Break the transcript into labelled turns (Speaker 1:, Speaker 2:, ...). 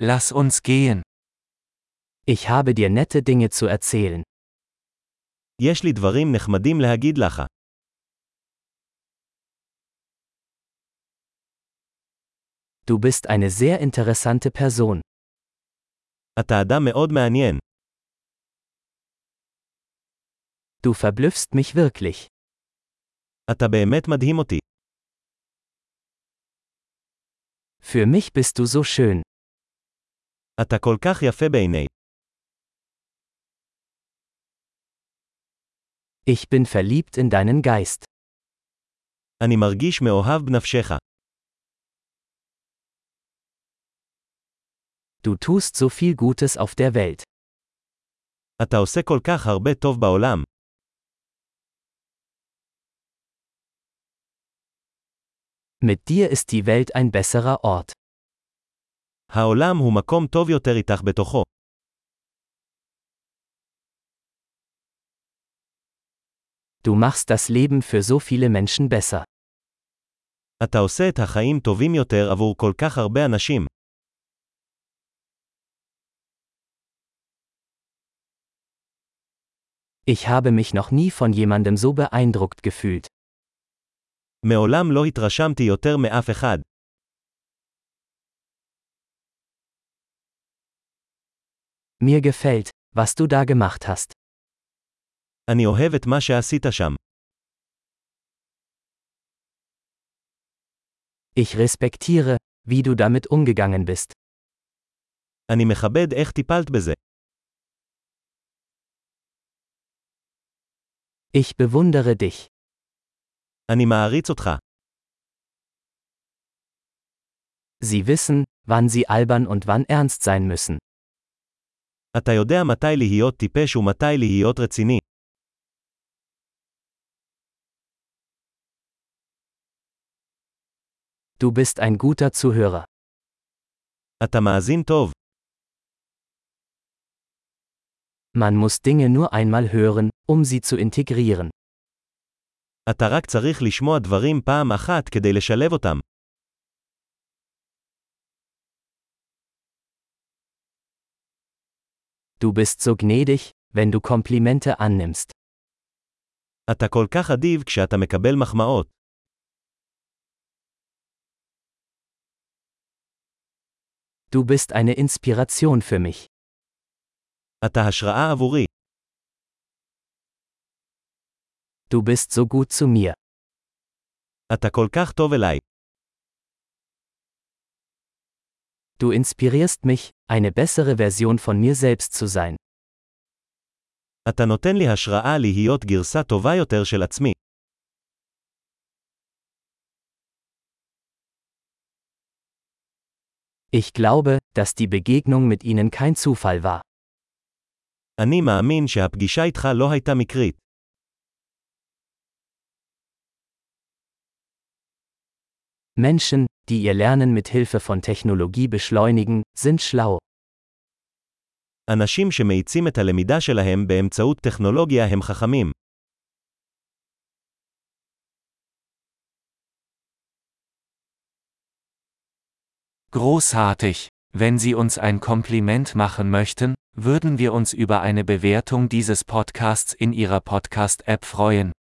Speaker 1: Lass uns gehen.
Speaker 2: Ich habe dir nette Dinge zu erzählen.
Speaker 3: יש לי דברים נחמדים להגיד לך.
Speaker 2: Du bist eine sehr interessante Person.
Speaker 3: אתה אדם מאוד מעניין.
Speaker 2: Du verblüffst mich wirklich.
Speaker 3: אתה באמת מדהים אותי.
Speaker 2: Für mich bist du so schön.
Speaker 3: אתה כל כך יפה בעיני.
Speaker 2: Ich bin verliebt in deinen Geist.
Speaker 3: אני מרגיש מאוהב בנפשך.
Speaker 2: Du tust so viel Gutes auf der Welt.
Speaker 3: אתה עושה כל כך הרבה טוב בעולם.
Speaker 2: Mit dir ist die Welt ein besserer Ort.
Speaker 3: העולם הוא מקום טוב יותר איתך בתוכו.
Speaker 2: Du machst das Leben für so viele Menschen besser.
Speaker 3: אתה עושה את החיים טובים יותר עבור כל כך הרבה אנשים.
Speaker 2: Ich habe mich noch nie von jemandem so beeindruckt gefühlt.
Speaker 3: מעולם לא התרשמתי יותר מאף אחד.
Speaker 2: Mir gefällt, was du da gemacht hast.
Speaker 3: אני אוהב את מה שעשית שם.
Speaker 2: Ich respektiere, wie du damit umgegangen bist.
Speaker 3: אני מכבד איך טיפלת בזה.
Speaker 2: Ich bewundere dich.
Speaker 3: אני מעריץ אותך.
Speaker 2: Sie wissen, wann sie albern und wann ernst sein müssen.
Speaker 3: אתה יודע מתי להיות טיפש ומתי להיות רציני.
Speaker 2: Du bist ein guter Zuhörer.
Speaker 3: אתה מאזין טוב.
Speaker 2: Man muss Dinge nur einmal hören, um sie zu integrieren.
Speaker 3: אתה רק צריך לשמוע דברים פעם אחת כדי לשלב אותם.
Speaker 2: Du bist so gnädig, wenn du Komplimente annimmst.
Speaker 3: אתה כל כך אדיב כשאתה מקבל מחמאות.
Speaker 2: Du bist eine Inspiration für mich.
Speaker 3: אתה השראה עבורי.
Speaker 2: Du bist so gut zu mir.
Speaker 3: אתה כל כך טוב אליי.
Speaker 2: Du inspirierst mich, eine bessere Version von mir selbst zu sein.
Speaker 3: אתה נותן לי השראה להיות גרסה טובה יותר של עצמי.
Speaker 2: Ich glaube, dass die Begegnung mit ihnen kein Zufall war.
Speaker 3: אני מאמין שהפגישה איתך לא הייתה מקרית.
Speaker 2: Menschen, die ihr Lernen mit Hilfe von Technologie beschleunigen, sind schlau.
Speaker 3: אנשים שמאיצים את הלמידה שלהם באמצעות טכנולוגיה הם חכמים.
Speaker 1: Großartig. Wenn Sie uns ein Kompliment machen möchten, würden wir uns über eine Bewertung dieses Podcasts in Ihrer Podcast-App freuen.